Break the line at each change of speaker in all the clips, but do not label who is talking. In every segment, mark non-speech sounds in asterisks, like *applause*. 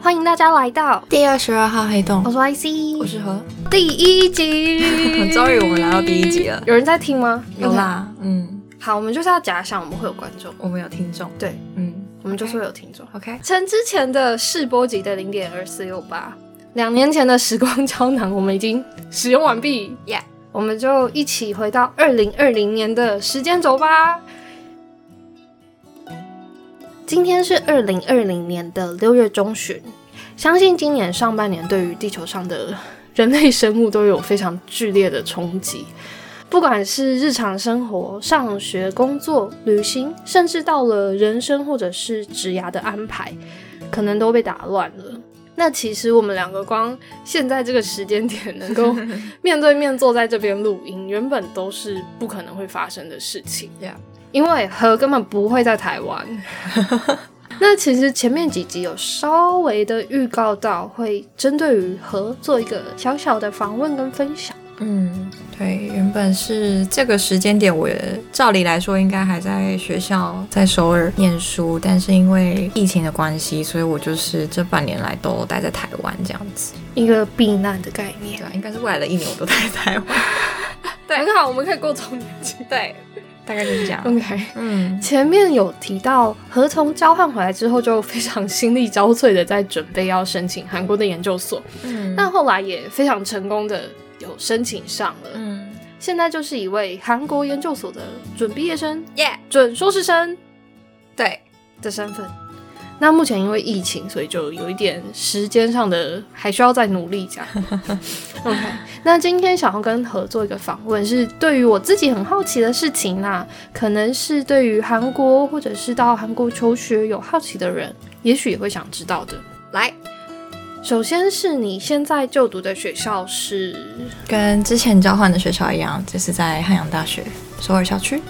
欢迎大家来到
第二十二号黑洞
我，是 YC，
我是何。，
第一集
嗯
*laughs*
终于我们来到第一集了
有人在听吗？
有啦嗯，
OK。好，我们就是要假想我们会有观众，
我们有听众，
对，
嗯
我们就是会有听众。
，OK，
趁之前的试播集的零点二四六八，两年前的时光胶囊我们已经使用完毕，
Yeah
我们就一起回到二零二零年的时间轴吧。今天是二零二零年的六月中旬，相信今年上半年对于地球上的人类生物都有非常剧烈的冲击。不管是日常生活、上学、工作、旅行，甚至到了人生或者是职涯的安排，可能都被打乱了。那其实我们两个光现在这个时间点能够面对面坐在这边录音，原本都是不可能会发生的事情。
Yeah
因为何根本不会在台
*laughs*
湾。那其实前面几集有稍微的预告到，会针对于何做一个小小的访问跟分享。
嗯，对，原本是这个时间点，我也照理来说应该还在学校，在首尔念书，但是因为疫情的关系，所以我就是这半年来都待在台湾这样子，
一个避难的概念
对。啊，应该是未来的一年我都待在台湾，
对，很好，我们可以过中年期。
对，大概就是这样，
OK，
*laughs* 嗯，
前面有提到，何从交换回来之后，就非常心力交瘁的在准备要申请韩国的研究所，
嗯
但后来也非常成功的有申请上了。
嗯
现在就是一位韩国研究所的准毕业生、
，Yeah，
准硕士生
对，
的身份。那目前因为疫情，所以就有一点时间上的还需要再努力这样。OK，那今天想要跟合作一个访问，是对于我自己很好奇的事情啦、可能是对于韩国或者是到韩国求学有好奇的人，也许也会想知道的。
来。
首先是你现在就读的学校是
跟之前交换的学校一样，就是在汉阳大学首尔校区，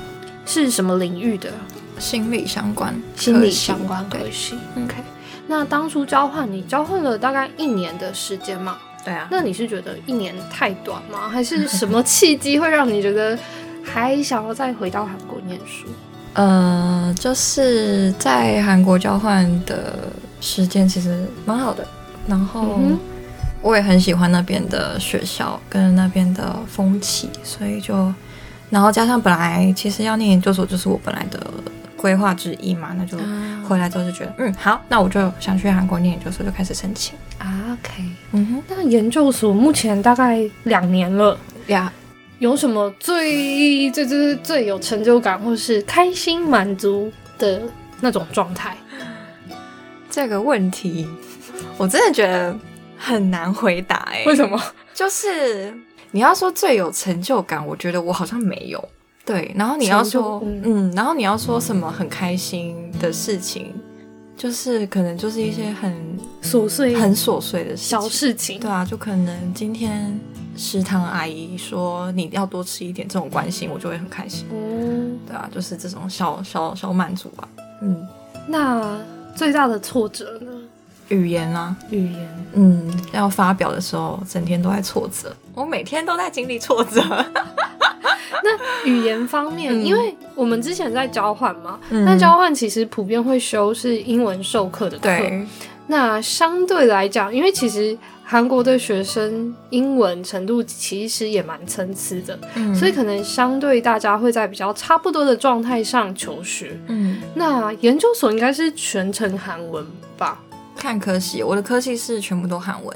是什么领域的？
心理相关，
心理
科系
相关科
对
系。
嗯
OK，那当初交换你交换了大概一年的时间嘛？
对啊，
那你是觉得一年太短吗？还是什么契机会让你觉得还想要再回到韩国念书？
呃，就是在韩国交换的时间其实蛮好的，然后
嗯哼
我也很喜欢那边的学校跟那边的风气，所以就，然后加上本来其实要念研究所就是我本来的规划之一嘛，那
嗯
就回来之后就觉得，嗯，好，那我就想去韩国念研究所，就开始申请。
啊，OK。
嗯哼，
那研究所目前大概两年了，
呀、
有什么最最最最有成就感，或是开心满足的那种状态？
这个问题，我真的觉得很难回答哎、
为什么？
就是你要说最有成就感，我觉得我好像没有。对，然后你要说，
成就
嗯，然后你要说什么很开心的事情，就是可能就是一些很
琐碎
很琐碎的事
小
情。
事情
对，啊，就可能今天食堂阿姨说你要多吃一点，这种关心我就会很开心。
嗯，
对啊，就是这种小小小满足吧。嗯，
那最大的挫折呢？
语言啊，
语言，
嗯，要发表的时候，整天都在挫折，我每天都在经历挫折。
语言方面，
嗯
因为我们之前在交换嘛，*laughs*
嗯
那交换其实普遍会修是英文授课的课。 *laughs*
对，
那相对来讲，因为其实韩国的学生英文程度其实也蛮参差的，
嗯
所以可能相对大家会在比较差不多的状态上求学。
嗯，
那研究所应该是全程韩文吧？
看科系，我的科系是全部都韩文，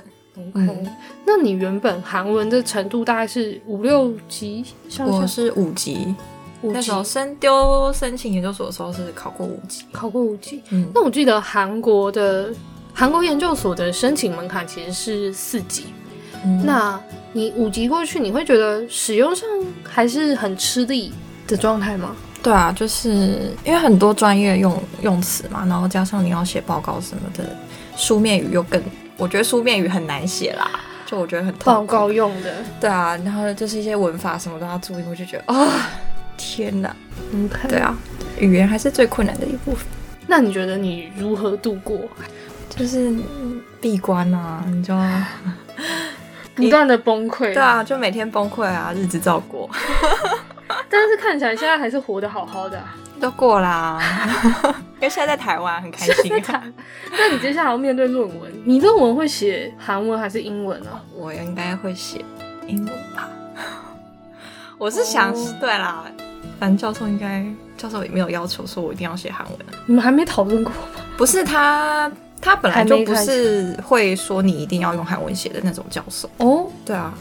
嗯，那你原本韩文的程度大概是五六级上
我
下，
哦是五级，
五
那
级
时候申丢申请研究所的时候是考过五级。
考过五级。
嗯，
那我记得韩国的韩国研究所的申请门槛其实是四级，
嗯
那你五级过去，你会觉得使用上还是很吃力的状态吗？
对啊，就是因为很多专业用用词嘛，然后加上你要写报告什么的，书面语又更，我觉得书面语很难写啦，就我觉得很痛
报
苦。
告用的
对啊，然后就是一些文法什么都要注意，我就觉得啊、 *laughs* 天哪！
，OK，
对啊，语言还是最困难的一部分，
那你觉得你如何度过？
就是嗯闭关啊，你就要
不断的崩溃，
对，啊，就每天崩溃啊，日子照过。 *laughs*
但是看起来现在还是活得好好的啊、
都过 *laughs* 啦，因为现在在台湾很开心、啊。
那你接下来要面对论文，你论文会写韩文还是英文啊？
我应该会写英文吧。 *laughs* 我是想
哦
对啦，反正教授应该教授也没有要求说我一定要写韩文啊，
你们还没讨论过吗？
不是他他本来
还没
就不
开
是会说你一定要用韩文写的那种教授。
哦，
对啊，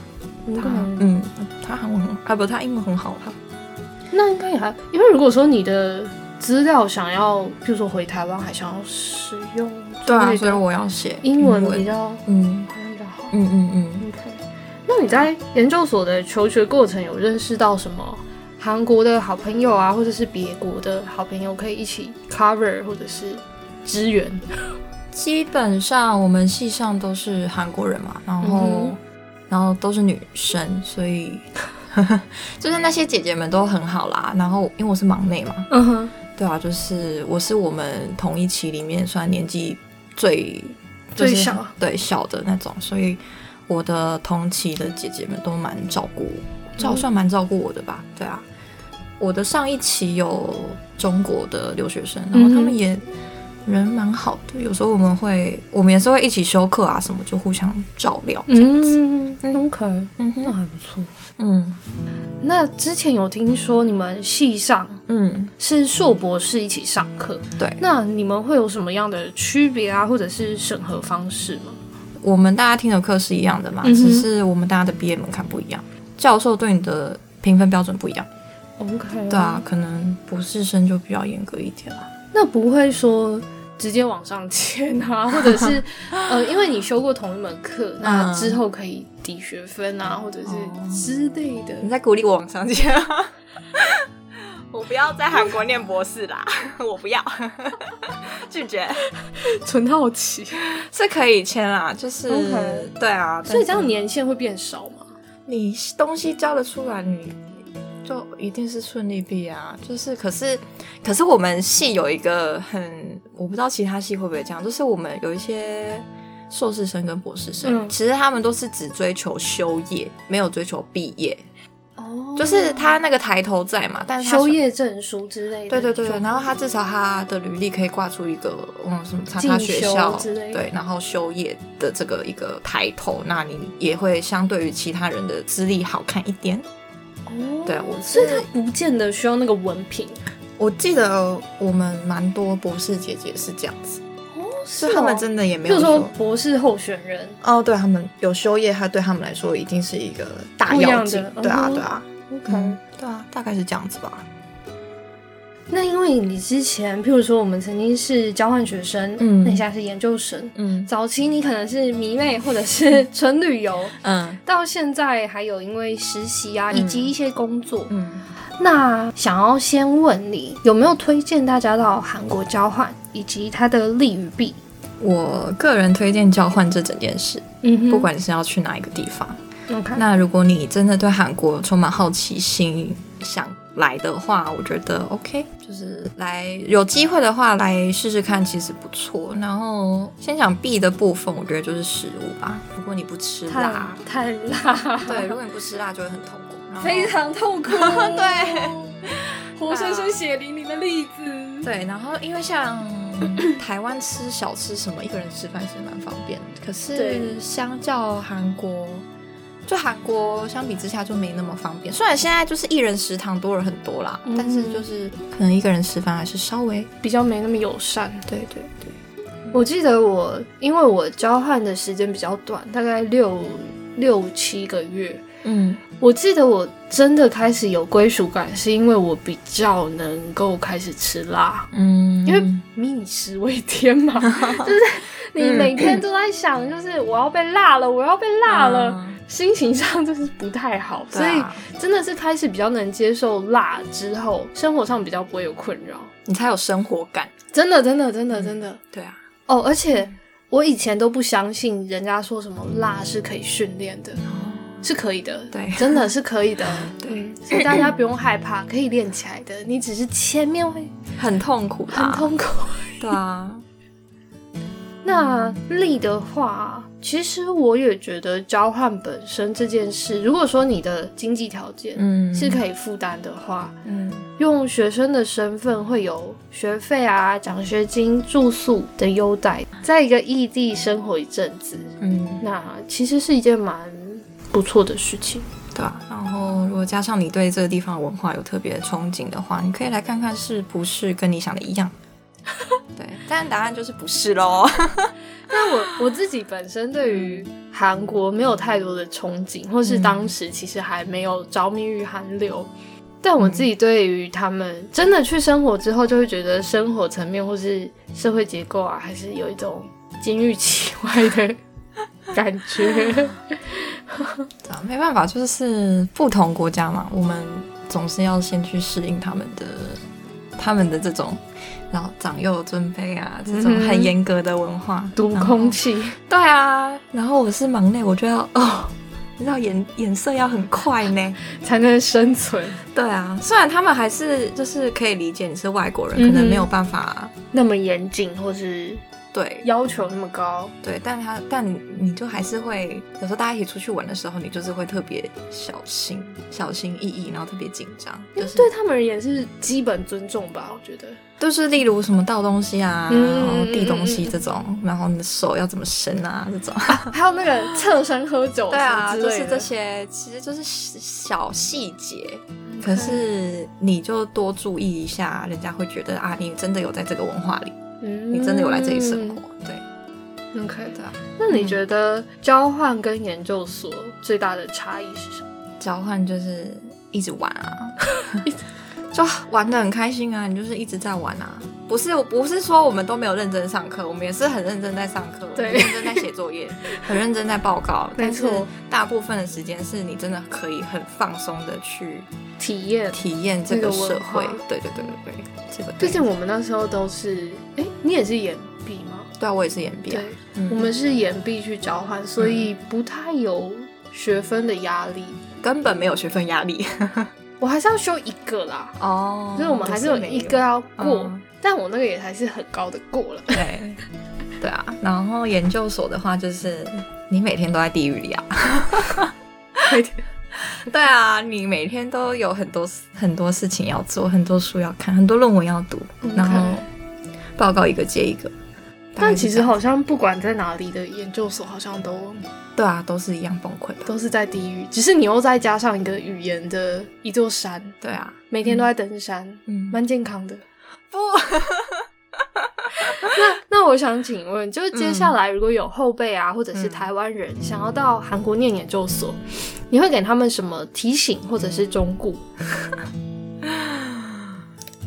难
他
怪。
嗯，他韩文很啊不，他英文很好，他
那应该也还，因为如果说你的资料想要，譬如说回台湾，还想要使用之
对啊，
类
所以
的，
我要写
英文比较
嗯
可能比较好。
嗯嗯嗯，
OK，那你在研究所的求学过程有认识到什么韩国的好朋友啊，或者是别国的好朋友可以一起 cover 或者是支援？
基本上我们系上都是韩国人嘛，然后、
嗯哼
然后都是女生，所以 *laughs* 就是那些姐姐们都很好啦。然后因为我是忙内嘛，
嗯哼，
对啊，就是我是我们同一期里面算年纪最、就是
最小
对小的那种，所以我的同期的姐姐们都蛮照顾
嗯
我，照算蛮照顾我的吧，对啊。我的上一期有中国的留学生，然后他
嗯哼
们也人蛮好的，有时候我们会我们也是会一起修课啊什么，就互相照料这样子。
嗯，OK，
嗯
那
哼
还不错。
嗯
那之前有听说你们系上
嗯，
是硕博士一起上课，
对。
那你们会有什么样的区别啊，或者是审核方式吗？
我们大家听的课是一样的嘛，
嗯哼
只是我们大家的毕业门槛不一样，教授对你的评分标准不一样。
OK，
对
嗯
啊，，可能博士生就比较严格一点啊啦。
那不会说直接往上签 *laughs* 啊，或者是呃，因为你修过同一门课，那
嗯
之后可以抵学分啊，或者
哦
是之类的。
在鼓励我往上加？ *laughs* 我不要在韩国念博士啦， *laughs* 我不要，拒绝。
纯好奇，
是可以签啦，就是
OK
对啊，
所以这
但
样
是
年限会变少吗？
你东西交得出来，你就一定是顺利毕业啊。就是可是可是我们系有一个很，我不知道其他系会不会这样，就是我们有一些。硕士生跟博士生，
嗯
其实他们都是只追求修业，没有追求毕业。
哦
就是他那个抬头在嘛，但是他
修，业证书之类的，
对对对对，然后他至少他的履历可以挂出一个嗯什么叉叉学
进
校
修之类的
对，然后修业的这个一个抬头，那你也会相对于其他人的资历好看一点。
哦
对我
所以他
是
不见得需要那个文凭
我记得我们蛮多博士姐姐是这样子，
哦，
就是他们
哦
真的也没
譬
有
如说博士候选人，
哦，对他们有修业，他对他们来说一定是一个大
不一样
要
的
紧，对啊
嗯哼
对啊，
OK，、
嗯对啊，大概是这样子吧。
那因为你之前，譬如说我们曾经是交换学生，
嗯
那你现在是研究生，
嗯
早期你可能是迷妹或者是纯旅游，
嗯
到现在还有因为实习啊，
嗯
以及一些工作。
嗯，
那想要先问你，有没有推荐大家到韩国交换，以及它的利与弊？
我个人推荐交换这整件事，
嗯哼
不管你是要去哪一个地方。
OK，
那如果你真的对韩国充满好奇心，想来的话，我觉得 OK，就是来有机会的话来试试看，其实不错。然后先讲 B 的部分，我觉得就是食物吧。如果你不吃
太
辣，
太辣，
对，如果你不吃辣就会很痛苦。然
*laughs*
后
非常痛 *laughs* 苦，对，活生生血淋淋的例子。
对，然后因
*coughs*
为像台湾吃小吃什么，一个人吃饭其实蛮方便的，可
对
是相较韩国，就韩国相比之下就没那么方便。虽然现在就是一人食堂多了很多啦，
嗯
但是就是可能一个人吃饭还是稍微
比较没那么友善。
对对对，
我记得我因为我交换的时间比较短，大概六六七个月。
嗯
我记得我真的开始有归属感，是因为我比较能够开始吃辣，
嗯，
因为民以食为天嘛， *laughs* 就是你每天都在想，就是我要被辣了，我要被辣了，
嗯
心情上就是不太好，所
对
以
啊
真的是开始比较能接受辣之后，生活上比较不会有困扰。
你才有生活感。
真的，真的，真的，真的。
对啊，
哦，而且我以前都不相信人家说什么辣是可以训练的，是可以的，
对
真的是可以的，
*laughs* 对
嗯，所以大家不用害怕，可以练起来的。你只是前面会
很痛苦啦，
很痛苦。
对啊，
*laughs* 那力的话，其实我也觉得交换本身这件事，如果说你的经济条件
嗯
是可以负担的话，
嗯
用学生的身份会有学费啊、奖学金、住宿的优待，在一个异地生活一阵子，
嗯，
那其实是一件蛮不错的事情。
对啊。然后如果加上你对这个地方的文化有特别憧憬的话，你可以来看看是不是跟你想的一 *laughs* 样。对，但答案就是不是喽。
但我我自己本身对于韩国没有太多的憧憬，或是当时其实还没有着迷于韩流。但我自己对于他们真的去生活之后，就会觉得生活层面或是社会结构啊，还是有一种金玉其外 *laughs* 的感觉。
*laughs*
*laughs*
对啊没办法，就是不同国家嘛，我们总是要先去适应他们的他们的这种，然后长幼尊卑啊，这种
嗯哼
很严格的文化，
读
然后
空气，
对啊，然后我是忙内，我就要哦，你知道眼眼色要很快呢。
才能生存
对啊，虽然他们还是就是可以理解你是外国人，
嗯哼
可能没有办法
那么严谨，或是
对
要求那么高。
对，但他但你就还是会有时候大家一起出去玩的时候，你就是会特别小心、小心翼翼，然后特别紧张，就是
嗯对他们而言是基本尊重吧，我觉得。
就是例如什么倒东西啊，
嗯
然后递东西这种，然后你的手要怎么伸啊
*laughs*
这种，
还有那个侧身喝酒，
对啊，
之
*laughs* 就
类
是
的
这些，其实就是小细节。可是你就多注意一下，人家会觉得啊，你真的有在这个文化里，
嗯
你真的有来这里生活。对
OK，
对啊。
那你觉得交换跟研究所最大的差异是什么？
交换就是一直玩
*laughs*
啊， *laughs* 就玩的很开心啊，你就是一直在玩啊。不是，我不是说我们都没有认真上课，我们也是很认真在上课，
对
很认真在写
*laughs*
作业，很认真在报告。
没
但是
错
大部分的时间是你真的可以很放松的去
体验？
体验这
那
个
个文
社会
化。
对对对对对，这个对
毕竟我们那时候都是，哎、你也是研毕吗？
对啊，我也是研毕啊。
对，
嗯
我们是研毕去交换，所以不太有学分的压力。
嗯根本没有学分
*laughs*
压力
我还是要修一个啦，
*laughs* 哦
所以我们还是有一个要过，
嗯
但我那个也还是很高的过了。
对，对啊。然后研究所的话，就是你每天都在地狱
*laughs*
里啊。对啊，你每天都有很多很多事情要做，很多书要看，很多论文要读，
OK
然后报告一个接一个。大概
但
是
其
这
实
样
好像不管在哪里的研究所，好像都
对啊，都是一样崩溃的。
都是在地狱，只是你又再加上一个语言的一座山，
对啊，
每天都在登山，
嗯，
蛮健康的。
不，
那我想请问，就是接下来如果有后辈啊，或者是台湾人想要到韩国念研究所，你会给他们什么提醒或者是忠告？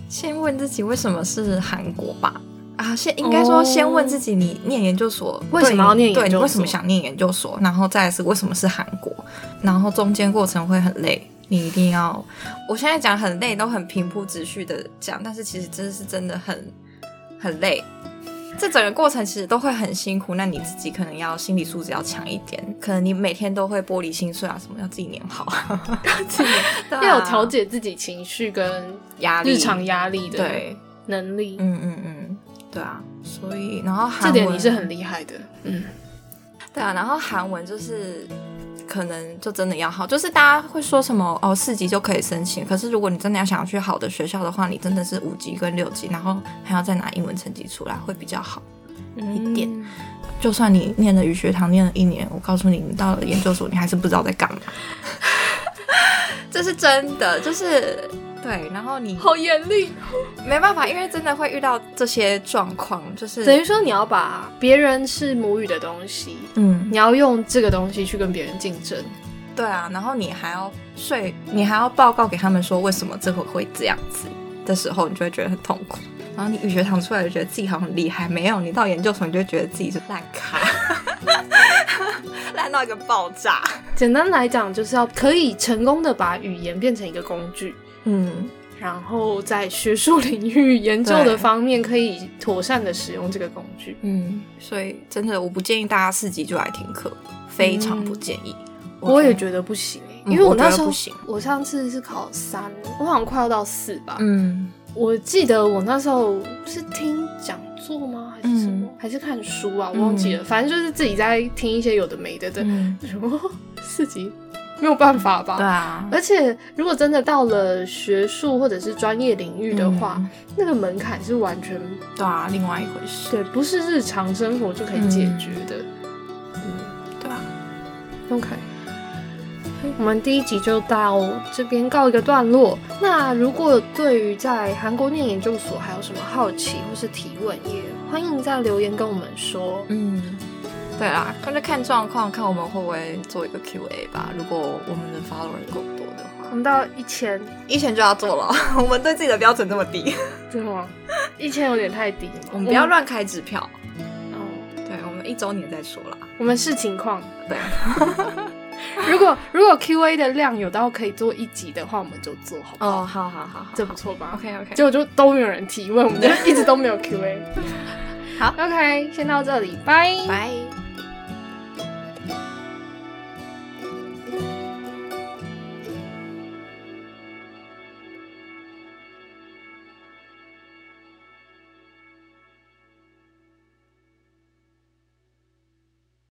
先问自己为什么是韩国吧。啊，先应该说
哦
先问自己，你念研究所
为什么要念研究所
对你对你为什么想念研究所？然后再来是为什么是韩国？然后中间过程会很累，你一定要。我现在讲很累，都很平铺直叙的讲，但是其实真的是真的很很累。这整个过程其实都会很辛苦，那你自己可能要心理素质要强一点，可能你每天都会玻璃心碎啊什么，要自己念
*laughs*
好， *laughs* 对啊
要有调解自己情绪跟
压力，
日常压力的
对，
能力，
嗯嗯嗯，对啊，所以然后韩
这
文
点你是很厉害的。嗯，
对啊，然后韩文就是可能就真的要好，就是大家会说什么哦四级就可以申请，可是如果你真的要想要去好的学校的话，你真的是五级跟六级，然后还要再拿英文成绩出来会比较好。一点
嗯
就算你念了语学堂念了一年，我告诉你，你到了研究所你还是不知道在干嘛，这是真的，就是。对，然后你
好严厉，
没办法，因为真的会遇到这些状况，就是
等于说你要把别人是母语的东西，
嗯，
你要用这个东西去跟别人竞争。
对啊，然后你还要睡，你还要报告给他们说为什么这回会这样子的时候，你就会觉得很痛苦。然后你语学堂出来就觉得自己好像很厉害，没有，你到研究所你就觉得自己是烂咖， *laughs* 烂到一个爆炸。
简单来讲，就是要可以成功的把语言变成一个工具，
嗯，
然后在学术领域研究
对
的方面可以妥善的使用这个工
*laughs*
具。
嗯，所以真的我不建议大家四级就来听课，非常不建议。
嗯我也觉得不行、欸，
嗯
因为我那时
我觉得
候
不行
我上次是考三，我好像快要到四吧。
嗯嗯
我记得我那时候是听讲座吗？还是什么？还是看书啊，我忘记了，反正就是自己在听一些有的没的的，
嗯，
*laughs* 什么四级，没有办法吧？
对啊，
而且，如果真的到了学术或者是专业领域的话，
嗯
那个门槛是完全
对啊，另外一回事，
对，不是日常生活就可以解决的。
对啊，
OK，我们第一集就到这边告一个段落。那如果对于在韩国念研究所还有什么好奇或是提问，也欢迎在留言跟我们说。
嗯，对啦，那就看状况，看我们会不会做一个 Q&A 吧。如果我们的 follower 够多的
我
话，
们到一千，
一前就要做了。 *laughs* 我们对自己的标准这么 *laughs* 低，
真的吗？啊一千有点太低了。
我们不要乱开支票。
哦，
对，我们一周年再说啦。
我们视情况。
对，
*laughs* 如果如果 Q&A 的量有到可以做一集的话，我们就做好不好？
哦，好好好好，
这不错吧
OK OK，
结果就都没有人提问，我们就一直都没有 Q&A。
好
，OK，先到这里，拜。
拜。